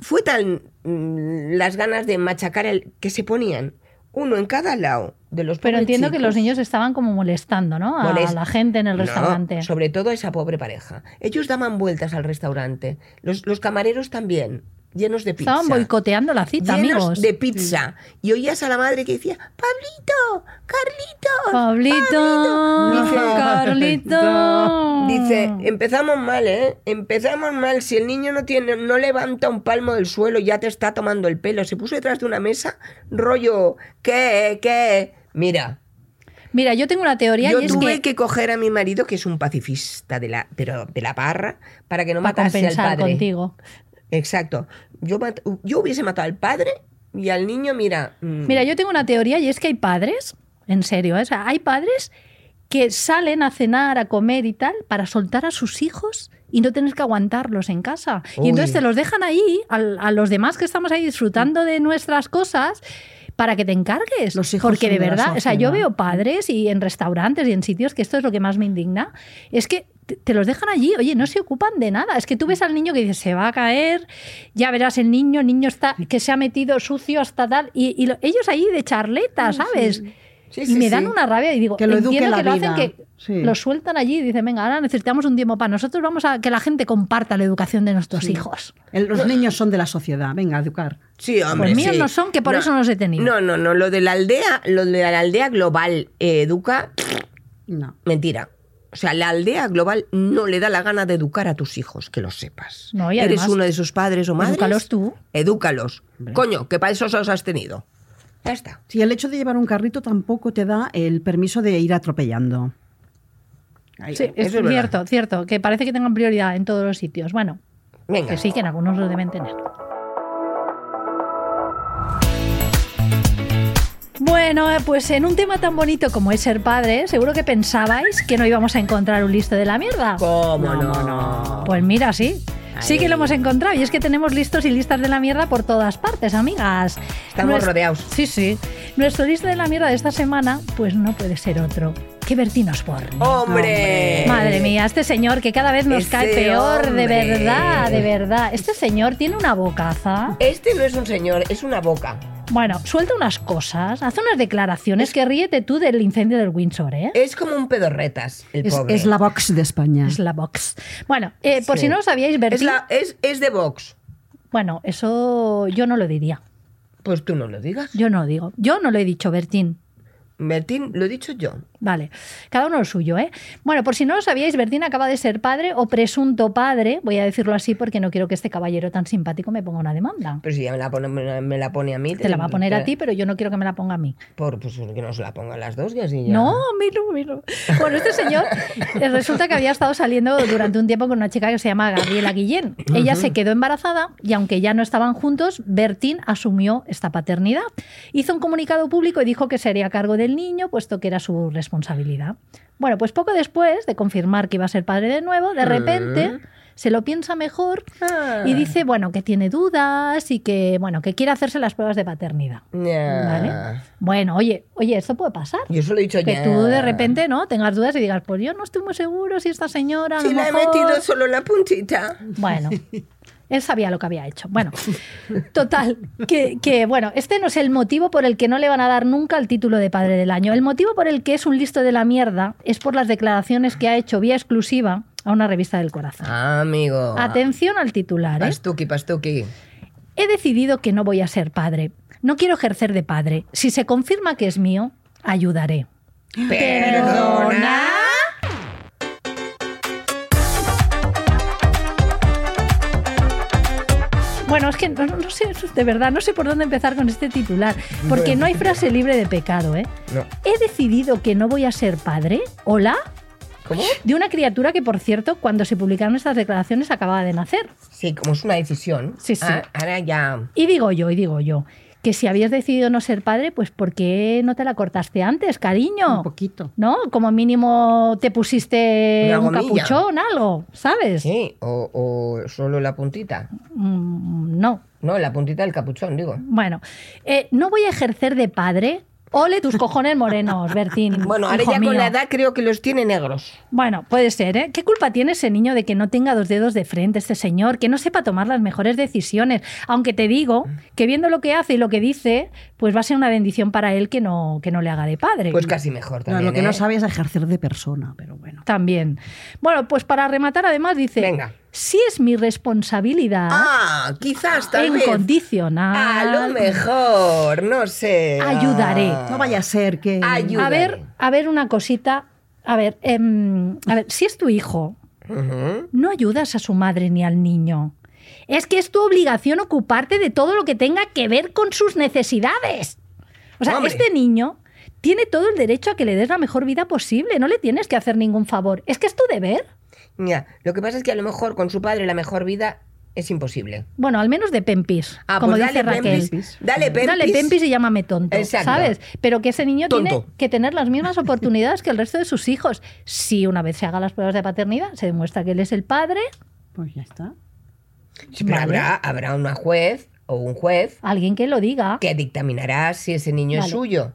Fue tan mm, las ganas de machacar el, que se ponían uno en cada lado de los Pero pobres entiendo que los chicos. niños estaban como molestando, ¿no? A Molest- la gente en el No, restaurante. sobre todo a esa pobre pareja. Ellos daban vueltas al restaurante. Los, los camareros también, llenos de pizza. Estaban boicoteando la cita, llenos amigos. de pizza. Y oías a la madre que decía, Pablito, Carlito. Pablito, Dice- Carlito. Dice, Mm. empezamos mal, ¿eh? Empezamos mal. Si el niño no tiene, no levanta un palmo del suelo, ya te está tomando el pelo. Se puso detrás de una mesa, rollo, ¿qué? ¿Qué? Mira, Mira, yo tengo una teoría Yo y es tuve que, que... coger a mi marido, que es un pacifista de la, pero de la barra, para que no para matase al compensar padre. contigo. Exacto. Yo, mat- yo hubiese matado al padre y al niño, mira. mm, Mira, yo tengo una teoría y es que hay padres, en serio, ¿eh? O sea, hay padres que salen a cenar, a comer y tal, para soltar a sus hijos y no tener que aguantarlos en casa. Uy. Y entonces te los dejan ahí, al- a, los demás que estamos ahí disfrutando de nuestras cosas. Para que te encargues. Los hijos Porque de son de la verdad, o sea, yo sociedad. veo padres y en restaurantes y en sitios que esto es lo que más me indigna, es que te- te los dejan allí, oye, no se ocupan de nada. Es que tú ves al niño que dice, se va a caer, ya verás el niño, el niño está, que se ha metido sucio hasta tal, y, y lo- ellos ahí de charleta, ¿sabes? Sí, y sí, me sí. dan una rabia y digo, Que lo eduque entiendo la que lo hacen vida. que Sí. lo sueltan allí y dicen, venga, ahora necesitamos un tiempo para nosotros, vamos a que la gente comparta la educación de nuestros hijos. El- los niños son de la sociedad, venga, a educar. Sí, hombre. Pues míos sí. no son, que por eso no los he tenido. No, no, no. Lo de la aldea, lo de la aldea global eh, educa, No. mentira. O sea, la aldea global no le da la gana de educar a tus hijos, que lo sepas. No, y Eres además, uno de sus padres o madres. edúcalos tú. Edúcalos. Coño, que para eso los has tenido. Ya está. Si el hecho de llevar un carrito tampoco te da el permiso de ir atropellando. Ahí, Sí, eso es verdad. cierto, cierto, que parece que tengan prioridad en todos los sitios. Bueno, Venga. que sí, que en algunos lo deben tener. Bueno, eh, pues en un tema tan bonito como es ser padre, seguro que pensabais que no íbamos a encontrar un listo de la mierda. ¿Cómo no? no? Pues mira, sí. Sí Ahí. que lo hemos encontrado y es que tenemos listos y listas de la mierda por todas partes, amigas. Estamos rodeados. Sí, sí. Nuestro listo de la mierda de esta semana, pues no puede ser otro que Bertín Osborne. Oh, ¡Hombre! Madre mía, este señor que cada vez nos Ese cae peor, Eh, hombre. de verdad, de verdad. Este señor tiene una bocaza. Este no es un señor, es una boca. Bueno, suelta unas cosas, hace unas declaraciones que ríete tú del incendio del Windsor, ¿eh? Es como un pedorretas, el Es, pobre. es la Vox de España. Es la box. Bueno, eh, por Sí. si no lo sabíais, Bertín. Es la- es- es de Vox. Bueno, eso yo no lo diría. Pues tú no lo digas. Yo no lo digo. Yo no lo he dicho, Bertín. Bertín, lo he dicho yo. Vale, cada uno lo suyo, ¿eh? Bueno, por si no lo sabíais, Bertín acaba de ser padre o presunto padre, voy a decirlo así porque no quiero que este caballero tan simpático me ponga una demanda. Pero si ya me la pone, me la- me la pone a mí. eh, Te la va a poner a ti, pero yo no quiero que me la ponga a mí. Por, pues que nos la ponga a las dos y así ya. No, a mí no, a mí no. Bueno, este señor eh, resulta que había estado saliendo durante un tiempo con una chica que se llama Gabriela Guillén. Ella se quedó embarazada y aunque ya no estaban juntos, Bertín asumió esta paternidad. Hizo un comunicado público y dijo que sería a cargo del niño, puesto que era su responsabilidad. Bueno, pues poco después de confirmar que iba a ser padre de nuevo, de repente se lo piensa mejor Ah. y dice, bueno, que tiene dudas y que, bueno, que quiere hacerse las pruebas de paternidad. Ya. ¿Vale? Bueno, oye, oye, esto puede pasar. Yo se lo he dicho Que ya. tú de repente no tengas dudas y digas, pues yo no estoy muy seguro si esta señora. a Si lo la he mejor- metido solo la puntita. <laughs> Bueno, él sabía lo que había hecho. Bueno, total, que, que, bueno, este no es el motivo por el que no le van a dar nunca el título de padre del año. El motivo por el que es un listo de la mierda es por las declaraciones que ha hecho vía exclusiva a una revista del corazón. Ah, amigo. Atención al titular, ¿eh? Pastuqui, pastuqui. He decidido que no voy a ser padre. No quiero ejercer de padre. Si se confirma que es mío, ayudaré. Perdona. Bueno, es que no, no sé, de verdad, no sé por dónde empezar con este titular, porque Bueno. no hay frase libre de pecado, ¿eh? No. He decidido que no voy a ser padre, hola, ¿Cómo? de una criatura que, por cierto, cuando se publicaron estas declaraciones acababa de nacer. Sí, como es una decisión. Sí, sí. Ah, ahora ya. Y digo yo, y digo yo, que si habías decidido no ser padre, pues ¿por qué no te la cortaste antes, cariño? Un poquito. ¿No? Como mínimo te pusiste Una un gomilla. ¿Eh? capuchón, algo, ¿sabes? Sí, o, o solo la puntita. Mm, no. No, la puntita del capuchón, digo. Bueno, eh, no voy a ejercer de padre. Ole tus cojones morenos, Bertín. <laughs> Bueno, ahora hijo ya mío. con la edad creo que los tiene negros. Bueno, puede ser, ¿eh? ¿Qué culpa tiene ese niño de que no tenga dos dedos de frente, este señor, que no sepa tomar las mejores decisiones? Aunque te digo que viendo lo que hace y lo que dice, pues va a ser una bendición para él que no, que no le haga de padre. Pues casi mejor No, también. lo que no ¿eh? sabe es ejercer de persona, pero bueno. También. Bueno, pues para rematar, además dice: Venga. Si es mi responsabilidad Ah, quizás tal vez. incondicional. A lo mejor, no sé. Ayudaré. Ah. No vaya a ser que. Ayuda. A ver, a ver una cosita. A ver, em, a ver, si es tu hijo, Ujú. no ayudas a su madre ni al niño. Es que es tu obligación ocuparte de todo lo que tenga que ver con sus necesidades. O sea, Hombre. este niño tiene todo el derecho a que le des la mejor vida posible. No le tienes que hacer ningún favor. Es que es tu deber. Ya, lo que pasa es que a lo mejor con su padre la mejor vida es imposible. Bueno, al menos de Pempis, Ah, como pues dice dale Raquel. Pempis. Dale Pempis. Dale Pempis y llámame tonto, Exacto. ¿sabes? Pero que ese niño tiene Tonto. que tener las mismas oportunidades que el resto de sus hijos. Si una vez se haga las pruebas de paternidad, se demuestra que él es el padre, Pues ya está. Sí, pero Vale. habrá, habrá una juez o un juez alguien que lo diga. que dictaminará si ese niño es Vale. suyo.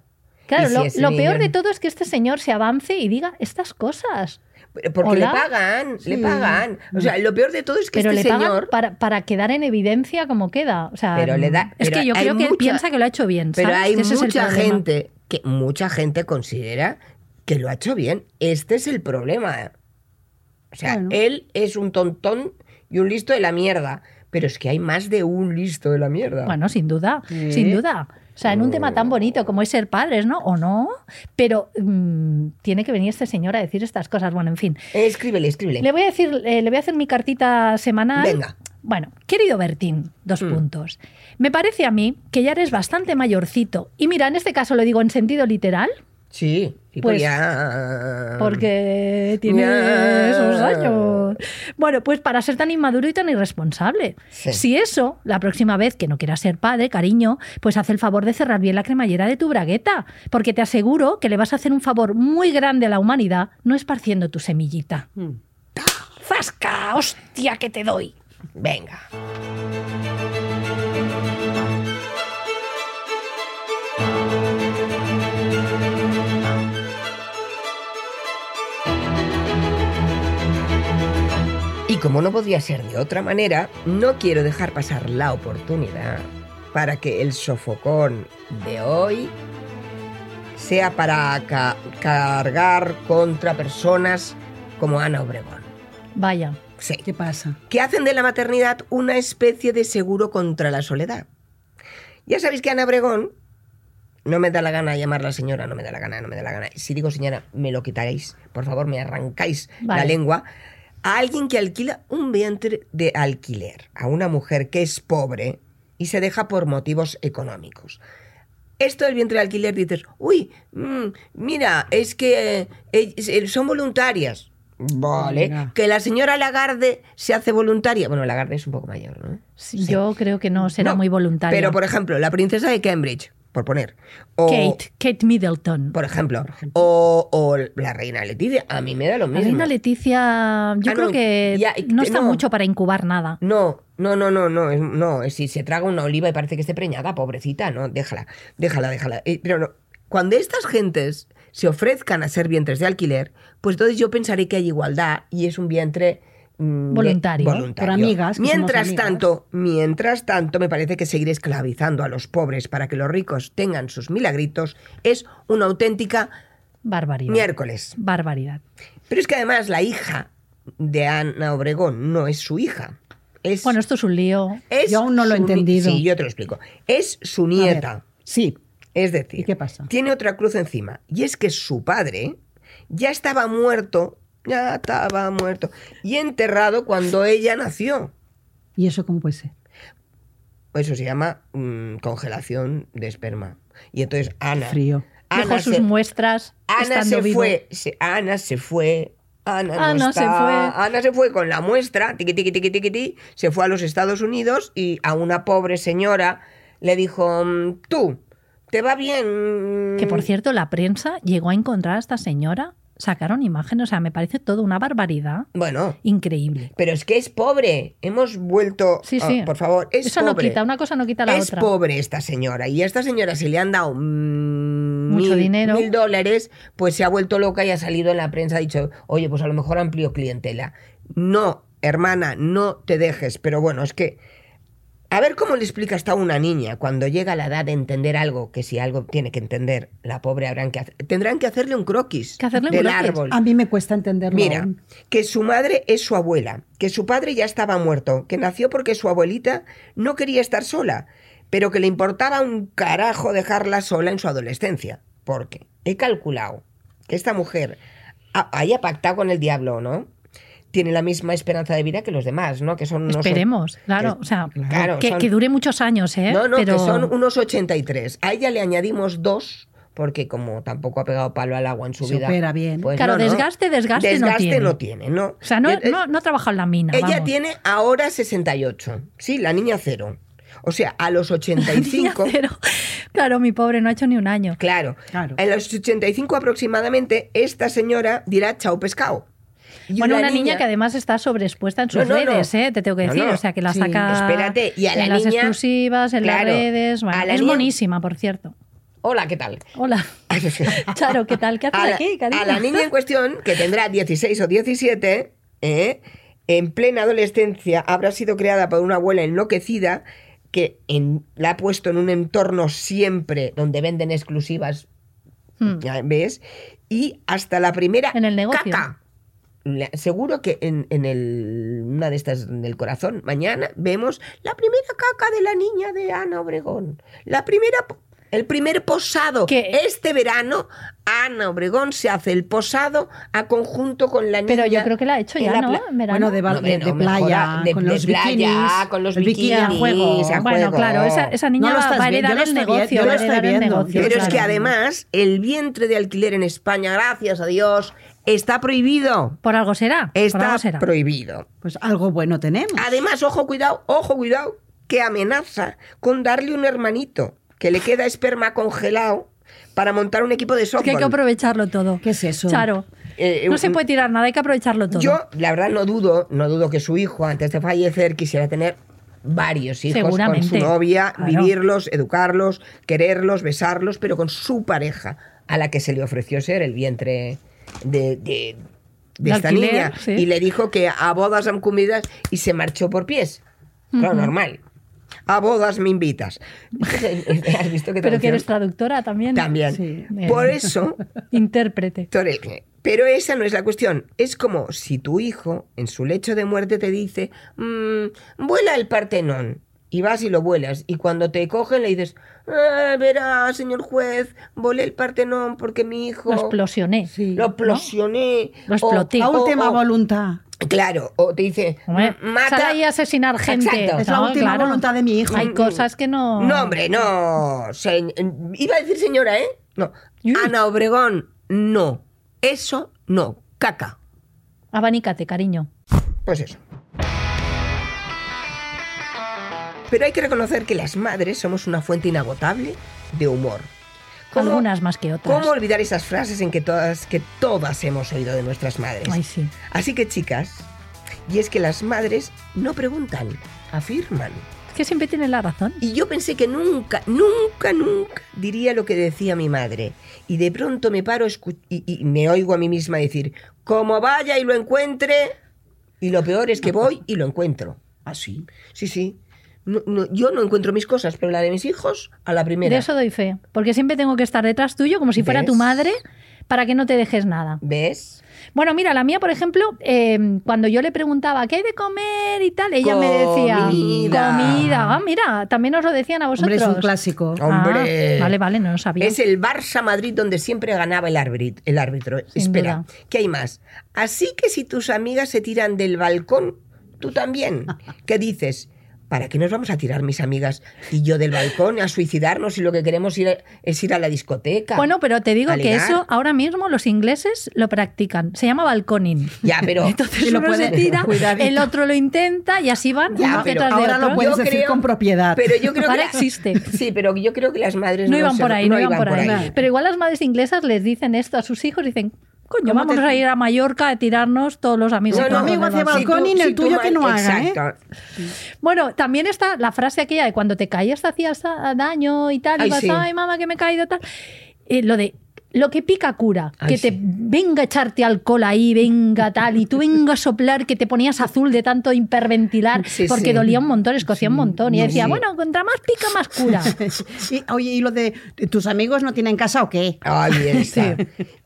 Claro, Y si lo, ese lo niño- peor de todo es que este señor se avance y diga estas cosas. Pero Porque Hola. le pagan, le pagan. O sea, lo peor de todo es que Pero este le pagan señor. para, para quedar en evidencia como queda. O sea, Pero le da- es pero que yo hay creo que él mucha- piensa que lo ha hecho bien. Pero ¿sabes? hay Que ese es el mucha problema. gente que mucha gente considera que lo ha hecho bien. Este es el problema. O sea, Bueno. él es un tontón y un listo de la mierda. Pero es que hay más de un listo de la mierda. Bueno, sin duda, sin Sí. duda. O sea, en un tema tan bonito como es ser padres, ¿no? ¿O no? Pero mm, tiene que venir este señor a decir estas cosas. Bueno, en fin. Eh, Escríbele, escríbele. Le voy a decir, eh, le voy a hacer mi cartita semanal. Venga. Bueno, querido Bertín, dos puntos. Me parece a mí que ya eres bastante mayorcito. Y mira, en este caso lo digo en sentido literal, Sí, y Pues, porque tiene sus años. Bueno, pues para ser tan inmaduro y tan irresponsable. Sí. Si eso, la próxima vez que no quieras ser padre, cariño, pues haz el favor de cerrar bien la cremallera de tu bragueta, porque te aseguro que le vas a hacer un favor muy grande a la humanidad no esparciendo tu semillita. Mm. ¡Zasca! ¡Hostia que te doy! Venga. Y como no podía ser de otra manera, no quiero dejar pasar la oportunidad para que el sofocón de hoy sea para ca- cargar contra personas como Ana Obregón. Vaya. Sí ¿Qué pasa? que hacen de la maternidad una especie de seguro contra la soledad. Ya sabéis que Ana Bregón, no me da la gana llamarla señora, no me da la gana, no me da la gana. Si digo señora, me lo quitaréis, por favor, me arrancáis la Vale. lengua. A alguien que alquila un vientre de alquiler, a una mujer que es pobre y se deja por motivos económicos. Esto del vientre de alquiler dices, uy, mm, mira, es que eh, eh, son voluntarias. Vale. Venga. Que la señora Lagarde se hace voluntaria. Bueno, Lagarde es un poco mayor, ¿no? Sí, Yo creo que no será No, muy voluntario. Pero, por ejemplo, la princesa de Cambridge, por poner. O, Kate, Kate Middleton. Por ejemplo. O, o la reina Leticia. A mí me da lo La mismo. reina Leticia, yo Ah, creo no, que ya, y- no está no. mucho para incubar nada. No, no, no, no, no, es- no. es Si se traga una oliva y parece que esté preñada, pobrecita, no, déjala, déjala, déjala. Eh, Pero no, cuando estas gentes se ofrezcan a ser vientres de alquiler, pues entonces yo pensaré que hay igualdad y es un vientre mm, de- Voluntario. voluntario. Por amigas, que Mientras somos amigas. tanto, mientras tanto, me parece que seguir esclavizando a los pobres para que los ricos tengan sus milagritos es una auténtica Barbaridad. miércoles. Barbaridad. Pero es que además la hija de Ana Obregón no es su hija. Es Bueno, esto es un lío. es Yo aún no lo he su ni- entendido. Sí, yo te lo explico. Es su A ver, nieta. Sí. Es decir, ¿Y qué pasa? tiene otra cruz encima. Y es que su padre ya estaba muerto, ya estaba muerto, y enterrado cuando ella nació. ¿Y eso cómo puede ser? Eso se llama mm, congelación de esperma. Y entonces Ana. Frío. Dejó Ana sus se, muestras Ana estando se vivo. fue. se- Ana se fue. Ana, no Ana se está. fue. Ana se fue con la muestra, tiqui, tiqui, tiqui, tiqui, tiqui, se fue a los Estados Unidos y a una pobre señora le dijo, mm, tú, te va bien. mm, Que por cierto, la prensa llegó a encontrar a esta señora, sacaron imágenes, o sea, me parece toda una barbaridad Bueno, increíble. pero es que es pobre. Hemos vuelto... Sí, Ah, sí. por favor, es Eso pobre. no quita, una cosa no quita la es otra. pobre esta señora y a esta señora si le han dado mm, Mucho mil, dinero. mil dólares, pues se ha vuelto loca y ha salido en la prensa ha dicho, oye, pues a lo mejor amplio clientela. No, hermana, no te dejes, pero bueno, es que a ver cómo le explica hasta una niña cuando llega la edad de entender algo, que si algo tiene que entender, la pobre habrán que hacer- tendrán que hacerle un croquis Que hacerle un del croquis. árbol. A mí me cuesta entenderlo. Mira, aún. que su madre es su abuela, que su padre ya estaba muerto, que nació porque su abuelita no quería estar sola, pero que le importaba un carajo dejarla sola en su adolescencia. Porque he calculado que esta mujer ha- haya pactado con el diablo, ¿no? Tiene la misma esperanza de vida que los demás, ¿no? Que son unos Esperemos, claro. que- o sea, claro, que, son- que dure muchos años, ¿eh? no, no, Pero que son unos 83. A ella le añadimos dos, porque como tampoco ha pegado palo al agua en su Se vida. pues opera bien. Claro, desgaste, desgaste no tiene. no tiene, ¿no? o sea, no, Eh, eh, no, no ha trabajado en la mina. Ella vamos. tiene ahora 68. Sí, la niña cero. O sea, a <laughs> los 85. Pero, claro, mi pobre no ha hecho ni un año. Claro. Claro. A los 85 aproximadamente, esta señora dirá chao pescado. Y bueno, una niña, que además está sobreexpuesta en sus No, no, no. redes, ¿eh? te tengo que No, decir. no. O sea, que la Sí. saca Espérate, y a la en las niña- exclusivas, en Claro, las redes. Bueno, a la es niña- monísima, por cierto. Hola, ¿qué <laughs> tal? Hola. Charo, ¿qué tal? ¿Qué haces a, la, aquí, cariño? a la niña en cuestión, que tendrá 16 o 17, ¿eh? en plena adolescencia habrá sido creada por una abuela enloquecida que en- la ha puesto en un entorno siempre donde venden exclusivas Mm. Ya ¿Ves? Y hasta la primera En el negocio. caca. La- Seguro que en, en el, una de estas del corazón, mañana, vemos la primera caca de la niña de Ana Obregón. La primera, po- el primer posado. Que- Este verano, Ana Obregón se hace el posado a conjunto con la niña. Pero yo creo que la ha hecho en ya, la ¿no? pla- En verano. Bueno, de, ba- No, de- no, de mejora, playa, de- con de los playa, bikinis, con los el bikini a bikinis, juego. a Bueno, juego. claro, esa, esa niña No lo va- estás va a viendo, heredar yo el lo estoy viendo, negocio. va a yo lo estoy heredar el viendo. negocio, Pero es claro. que además el vientre de alquiler en España, gracias a Dios, está prohibido. Por algo será. por Está algo será. prohibido. Pues algo bueno tenemos. Además, ojo, cuidado, ojo, cuidado, que amenaza con darle un hermanito que le queda esperma congelado para montar un equipo de Es que hay softball. que aprovecharlo todo. ¿Qué es eso? Claro. Eh, eh, No se un- puede tirar nada, hay que aprovecharlo todo. Yo, la verdad, no dudo, no dudo que su hijo, antes de fallecer, quisiera tener varios hijos con su Seguramente, novia, claro. vivirlos, educarlos, quererlos, besarlos, pero con su pareja, a la que se le ofreció ser el vientre de, de- de De esta alquiler, niña. sí. Y le dijo que a bodas han comidas y se marchó por pies. Claro, normal. A bodas me <laughs> invitas. <laughs> ¿Has visto que Pero que traducción? eres traductora también. También. Sí. Por Eh. eso <laughs> Intérprete. Héctor, el- Pero esa no es la cuestión. Es como si tu hijo en su lecho de muerte te dice, "Mm, vuela el Partenón. Y vas y lo vuelas. Y cuando te cogen le dices, "Ah, verá, señor juez, volé el Partenón porque mi hijo... Lo explosioné. Sí. Lo explosioné. o- Lo exploté. La o- última o- voluntad. Claro, o te dice, Hombre, mata... Sal ahí a asesinar gente. Exacto. Es la última claro. voluntad de mi hijo. Hay cosas que no. No, hombre, no. se- Iba a decir señora, ¿eh? No. Uy. Ana Obregón, no. Eso, no. Caca. Abanícate, cariño. Pues eso. Pero hay que reconocer que las madres somos una fuente inagotable de humor. ¿Cómo- Algunas más que otras. ¿Cómo olvidar esas frases en que todas, que todas hemos oído de nuestras madres? Ay, sí. Así que, chicas, y es que las madres no preguntan, afirman. Es que siempre tienen la razón. Y yo pensé que nunca, nunca, nunca diría lo que decía mi madre. Y de pronto me paro escu- y, y me oigo a mí misma decir, como vaya y lo encuentre. Y lo peor es que voy y lo encuentro. Así. Sí, sí. No- no, yo no encuentro mis cosas, pero la de mis hijos a la primera. De eso doy fe. Porque siempre tengo que estar detrás tuyo como si fuera tu ¿Ves? madre para que no te dejes nada. ¿Ves? Bueno, mira, la mía, por ejemplo, eh, cuando yo le preguntaba qué hay de comer y tal, ella me decía Comida. comida. Ah, mira, también os lo decían a vosotros. Hombre, es un clásico. Ah, Hombre. vale, vale, no lo sabía. Es el Barça Madrid donde siempre ganaba el árbitro. El árbitro. Sin Espera, duda. ¿qué hay más? Así que si tus amigas se tiran del balcón, tú <laughs> también. ¿Qué dices? ¿Para qué nos vamos a tirar mis amigas y yo del balcón a suicidarnos si lo que queremos ir a- es ir a la discoteca? Bueno, pero te digo a que ligar? eso ahora mismo los ingleses lo practican. Se llama balconing. Ya, pero <laughs> Entonces Sí, lo uno se puede- <laughs> <laughs> tira, cuidadito. el otro lo intenta y así van Ya, uno pero detrás de Ahora otro. lo puedes Yo decir creo- con propiedad. <laughs> pero yo creo que Ahora la- existe. <laughs> Sí, pero yo creo que las madres No, no, iban se- por ahí, no, iban por ahí. ahí. Pero igual las madres inglesas les dicen esto a sus hijos, dicen, coño, ¿Cómo te- vamos a ir a Mallorca a tirarnos todos los amigos. No, que no, tenemos". amigo hace tú- balcón y en el tú tuyo mal- que no haga, ¿eh? Exacto. Bueno, también está la frase aquella de cuando te caías te hacías ah, daño y tal, Ay, y vas, sí. ay mamá que me he caído tal. Eh, lo de lo que pica cura, Ay, que sí. te venga a echarte alcohol ahí, venga tal, y tú venga a soplar que te ponías azul de tanto hiperventilar, Sí, porque sí. dolía un montón, escocía un montón, y no, decía, sí. bueno, contra más pica, más cura. <laughs> Y, oye, ¿y lo de tus amigos no tienen casa o qué? <laughs> Ahí está.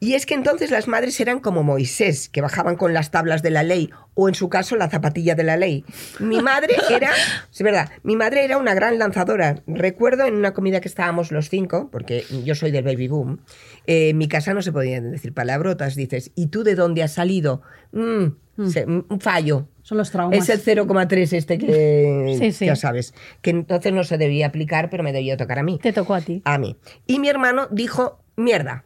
Y es que entonces las madres eran como Moisés, que bajaban con las tablas de la ley, o en su caso la zapatilla de la ley. Mi <laughs> madre era, es verdad, mi madre era una gran lanzadora. Recuerdo en una comida que estábamos los cinco, porque yo soy del baby boom, eh, en mi casa no se podían decir palabrotas, dices, ¿y tú de dónde has salido? Mm, se- un fallo. Son los traumas. Es el 0,3 este que <laughs> Sí, sí. ya sabes, que entonces no se debía aplicar, pero me debía tocar a mí. te tocó a ti. A mí. Y mi hermano dijo, mierda.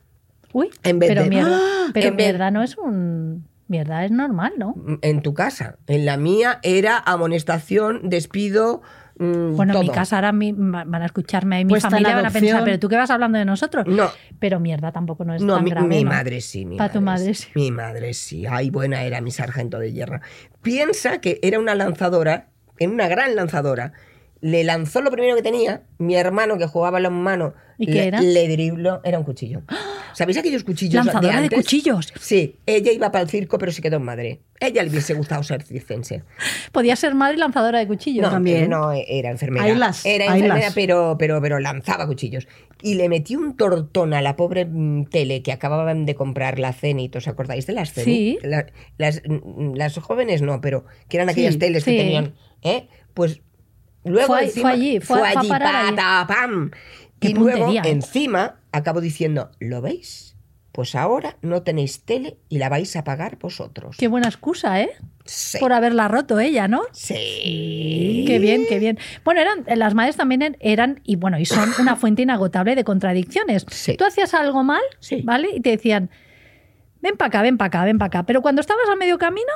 Uy, En vez pero de- mierda, ¡Ah! pero En vez- mierda no es un... Mierda es normal, ¿no? en tu casa. En la mía era amonestación, despido. mm, Bueno, en mi todo. Pues casa ahora mi- va- van a escucharme y mi Puesta en familia van a pensar, adopción. pero tú qué vas hablando de nosotros. No. Pero mierda tampoco no es No, tan mi, grave. mi ¿no? madre sí. Mi Pa' tu madre sí. Mi madre sí. Ay, buena era mi sargento de guerra. Piensa que era una lanzadora, en una gran lanzadora, le lanzó lo primero que tenía, mi hermano que jugaba las manos ¿Y qué le, era? ¡Ah! le dribló, era un cuchillo. ¿Sabéis aquellos cuchillos Lanzadora de antes? cuchillos. Sí, ella iba para el circo pero se quedó en Madrid. Ella le hubiese gustado ser circense. Podía ser madre lanzadora de cuchillos. No, también. eh, no, eh, era enfermera. Ahí las, era ahí enfermera, las. pero, pero, pero lanzaba cuchillos. Y le metí un tortón a la pobre mm, tele que acababan de comprar la Cenit. ¿Os acordáis de las Cenit? Sí. La- las, mm, las jóvenes no, pero que eran aquellas Sí, teles sí. que tenían. ¿eh? Pues luego Fue ahí- encima, fue allí, fue- fue a allí, parar allí. pata, pam. Qué Y luego puntería, ¿eh? encima acabo diciendo, ¿lo veis? Pues ahora no tenéis tele y la vais a pagar vosotros. Qué buena excusa, ¿eh? Sí. Por haberla roto ella, ¿no? Sí. Qué bien, qué bien. Bueno, eran eh, las madres también en- eran y bueno, y son una fuente inagotable de contradicciones. Sí. Tú hacías algo mal, Sí. ¿vale? Y te decían, "Ven para acá, ven para acá, ven para acá." Pero cuando estabas a medio camino,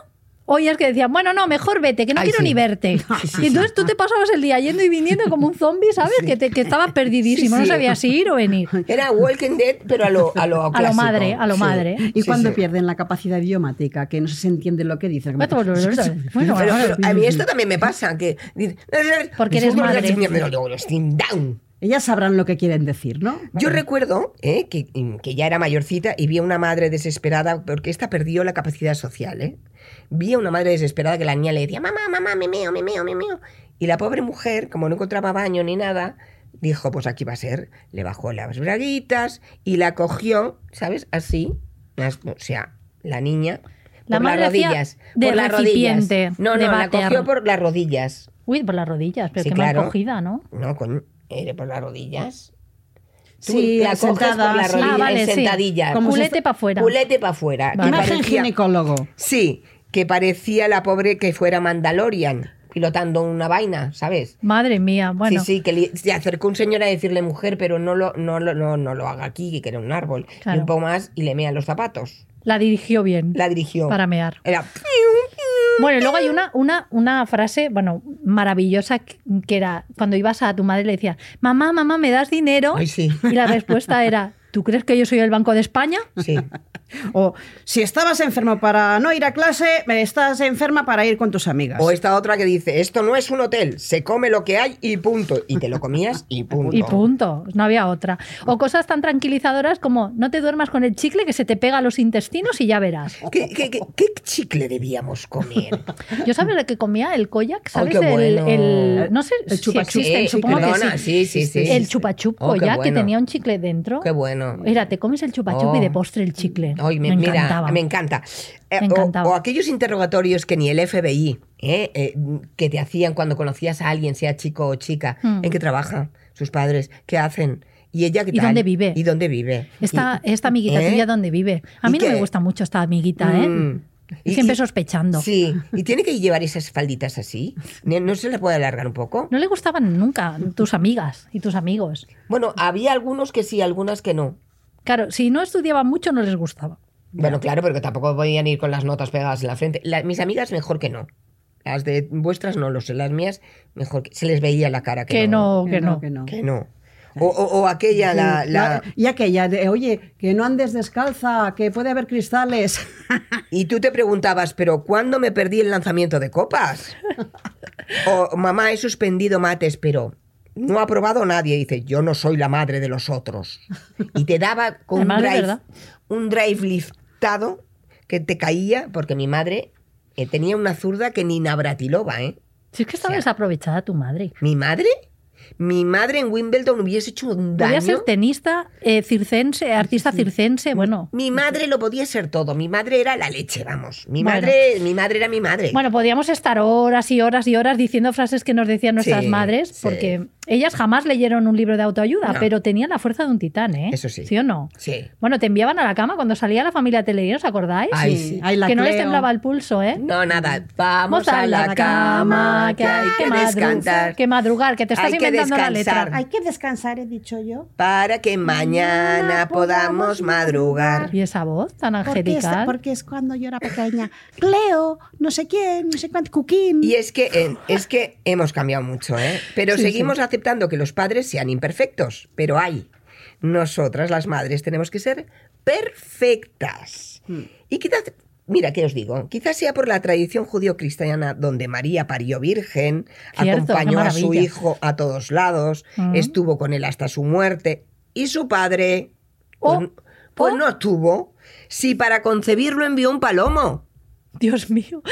oías que decían, "Bueno, no, mejor vete, que no Ay, <laughs> quiero sí. ni verte." y entonces tú te pasabas el día yendo y viniendo como un zombie, ¿sabes? Que te que estabas perdidísimo, Sí, no sí. sabías si ir o venir. Era Walking Dead, pero a lo A lo, lo clásico. madre, <laughs> a lo madre. Y Sí, cuando sí. pierden la capacidad idiomática, que no se entiende lo que dicen. Bueno, bueno, <laughs> bueno, Pero, bueno, pero a mí esto también me pasa, que... Porque eres madre. down. Ellas sabrán lo que quieren decir, ¿no? Yo recuerdo eh, que, que ya era mayorcita y vi a una madre desesperada, porque esta perdió la capacidad social. ¿eh? Vi a una madre desesperada que la niña le decía, mamá, mamá, me meo, me meo, me meo. Y la pobre mujer, como no encontraba baño ni nada, dijo, pues aquí va a ser. Le bajó las braguitas y la cogió, ¿sabes? Así. las- o sea, la niña. La por madre las hacía rodillas. de por las recipiente, rodillas. No, de no, la váter. cogió por las rodillas. Uy, por las rodillas, pero Sí, qué claro. mal cogida, ¿no? No, con, era por las rodillas. Tú Sí, la coges sentada, por la sí. rodilla Ah, vale, en sí. sentadilla. Como si Culete esto- para afuera. Culete para afuera. Vale. que Imagen parecía- ginecólogo. Sí, que parecía la pobre que fuera Mandalorian, pilotando una vaina, ¿sabes? Madre mía, bueno. Sí, sí, que li- se acercó un señor a decirle mujer, pero no lo, no, lo- no, no lo haga aquí, que era un árbol. Y Claro. un poco más y le mean los zapatos. La dirigió bien. La dirigió. Para mear. Era. Bueno, y luego hay una, una, una frase, bueno, maravillosa que que era cuando ibas a tu madre y le decías, mamá, mamá, ¿me das dinero? Ay, sí. Y la respuesta era, ¿tú crees que yo soy el Banco de España? Sí. O si estabas enfermo para no ir a clase, estás enferma para ir con tus amigas. O esta otra que dice: Esto no es un hotel, se come lo que hay y punto. Y te lo comías y punto. Y punto, no había otra. O cosas tan tranquilizadoras como, no te duermas con el chicle que se te pega a los intestinos y ya verás. ¿Qué, qué, qué- qué chicle debíamos comer? Yo sabes lo que comía el koyak, ¿sabes? Oh, qué El- bueno. el- no sé El Eh, si chupa existen, chups. Sí, supongo que perdona, sí. sí, sí, sí, El sí. chupa chup Oh, qué koyak que bueno. tenía un chicle dentro. Qué bueno. Era, te comes el chupa chup y Oh. de postre el chicle. Ay, me, Eh, me mira, encantaba. me encanta. Eh, Me o- encantaba. O, aquellos interrogatorios que ni el FBI, eh, eh, que te hacían cuando conocías a alguien, sea chico o chica, Mm. en qué trabaja, sus padres, qué hacen, y ella qué ¿Y tal. dónde vive? ¿Y dónde vive? Esta, esta amiguita ¿Eh? tuya, ¿dónde vive? A ¿Y mí no qué? me gusta mucho esta amiguita, ¿eh? Mm. Y- Siempre y- sospechando. Sí, y tiene que llevar esas falditas así. ¿No no se la puede alargar un poco? No le gustaban nunca tus amigas y tus amigos. Bueno, había algunos que sí, algunas que no. Claro, si no estudiaban mucho, no les gustaba. Bueno, claro, porque tampoco podían ir con las notas pegadas en la frente. La- mis amigas mejor que no. Las de vuestras no lo sé, las mías mejor que se les veía la cara que, Que no, que no. que no. eh, Que no. O, o- o aquella, la, la- Y aquella de, oye, que no andes descalza, que puede haber cristales. <laughs> Y tú te preguntabas, ¿pero cuándo me perdí el lanzamiento de <laughs> copas? o mamá, he suspendido mates, pero no ha aprobado nadie. Dice, yo no soy la madre de los otros. Y te <laughs> daba con un Además, es drive, verdad. un drive liftado que te caía, porque mi madre eh, tenía una zurda que ni Navratilova, ¿eh? Si es que estaba O sea, desaprovechada tu madre. ¿Mi madre? Mi madre en Wimbledon hubiese hecho un Podía ser daño. tenista, eh, circense, artista circense, bueno. Mi madre lo podía ser todo. Mi madre era la leche, vamos. Mi Bueno. madre, mi madre era mi madre. Bueno, podíamos estar horas y horas y horas diciendo frases que nos decían nuestras Sí, madres, sí. porque ellas jamás leyeron un libro de autoayuda, No. pero tenían la fuerza de un titán, ¿eh? Eso sí. ¿Sí o no? Sí. Bueno, te enviaban a la cama cuando salía la familia Teleguía, ¿os acordáis? Ay, sí. ahí la que no les Cleo. temblaba el pulso, ¿eh? No, nada. Mm. Vamos a la cama, que hay que madru- descansar. que madrugar, que te estás Hay que inventando la letra. descansar. Hay que descansar, he dicho yo. Para que mañana Mañana podamos podamos madrugar. Y esa voz tan Porque es, angelical. porque es cuando yo era pequeña. Cleo, no sé quién, no sé cuánto, Cuquín. Y es que, eh, es que hemos cambiado mucho, ¿eh? Pero seguimos aceptando que los padres sean imperfectos. Pero hay. Mm. Nosotras, las madres, tenemos que ser perfectas. Y quizás Mira, ¿qué os digo? Quizás sea por la tradición judío-cristiana donde María parió virgen, Cierto, qué acompañó a su maravilla. hijo a todos lados, Mm. estuvo con él hasta su muerte. Y su padre, pues, Oh, pues oh. no estuvo. Si para concebirlo envió un palomo. Dios mío.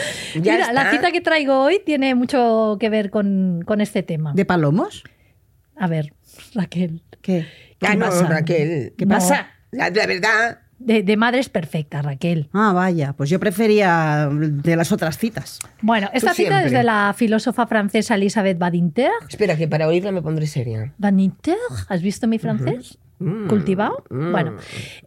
Ya Mira, la está. cita que traigo hoy tiene mucho que ver con, con este tema. ¿De palomos? A ver, Raquel. ¿Qué? Ah, no, pasa? Raquel. ¿Qué No. pasa? La, la verdad, De, de madres perfectas, Raquel. Ah, vaya, pues yo prefería de las otras citas. Bueno, esta cita siempre. es de la filósofa francesa Elisabeth Badinter. espera que para oírla me pondré seria. Badinter, ¿has visto mi francés? Mm, ¿Cultivado? mm. Bueno,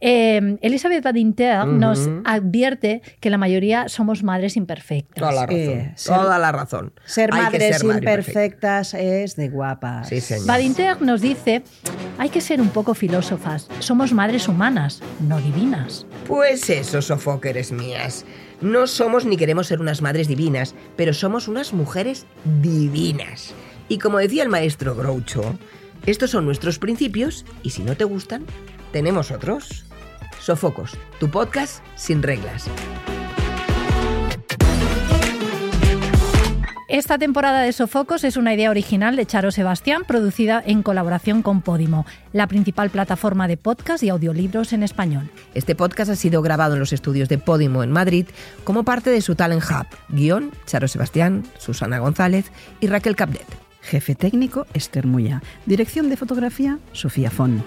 eh, Elisabeth Badinter nos Ujú. advierte que la mayoría somos madres Toda imperfectas. la razón. Eh, ser- toda la razón. Ser Hay que madres ser madre perfecta. imperfectas es de guapas. Sí, señor. Badinter nos dice, hay que ser un poco filósofas, somos madres humanas, no divinas. Pues eso, sofóqueres mías. No somos ni queremos ser unas madres divinas, pero somos unas mujeres divinas. Y como decía el maestro Groucho, estos son nuestros principios y si no te gustan, tenemos otros. Sofocos, tu podcast sin reglas. Esta temporada de Sofocos es una idea original de Charo Sebastián, producida en colaboración con Podimo, la principal plataforma de podcast y audiolibros en español. Este podcast ha sido grabado en los estudios de Podimo en Madrid como parte de su Talent Hub. Guión, Charo Sebastián, Susana González y Raquel Capdet. Jefe técnico, Esther Muya. Dirección de fotografía, Sofía Fon.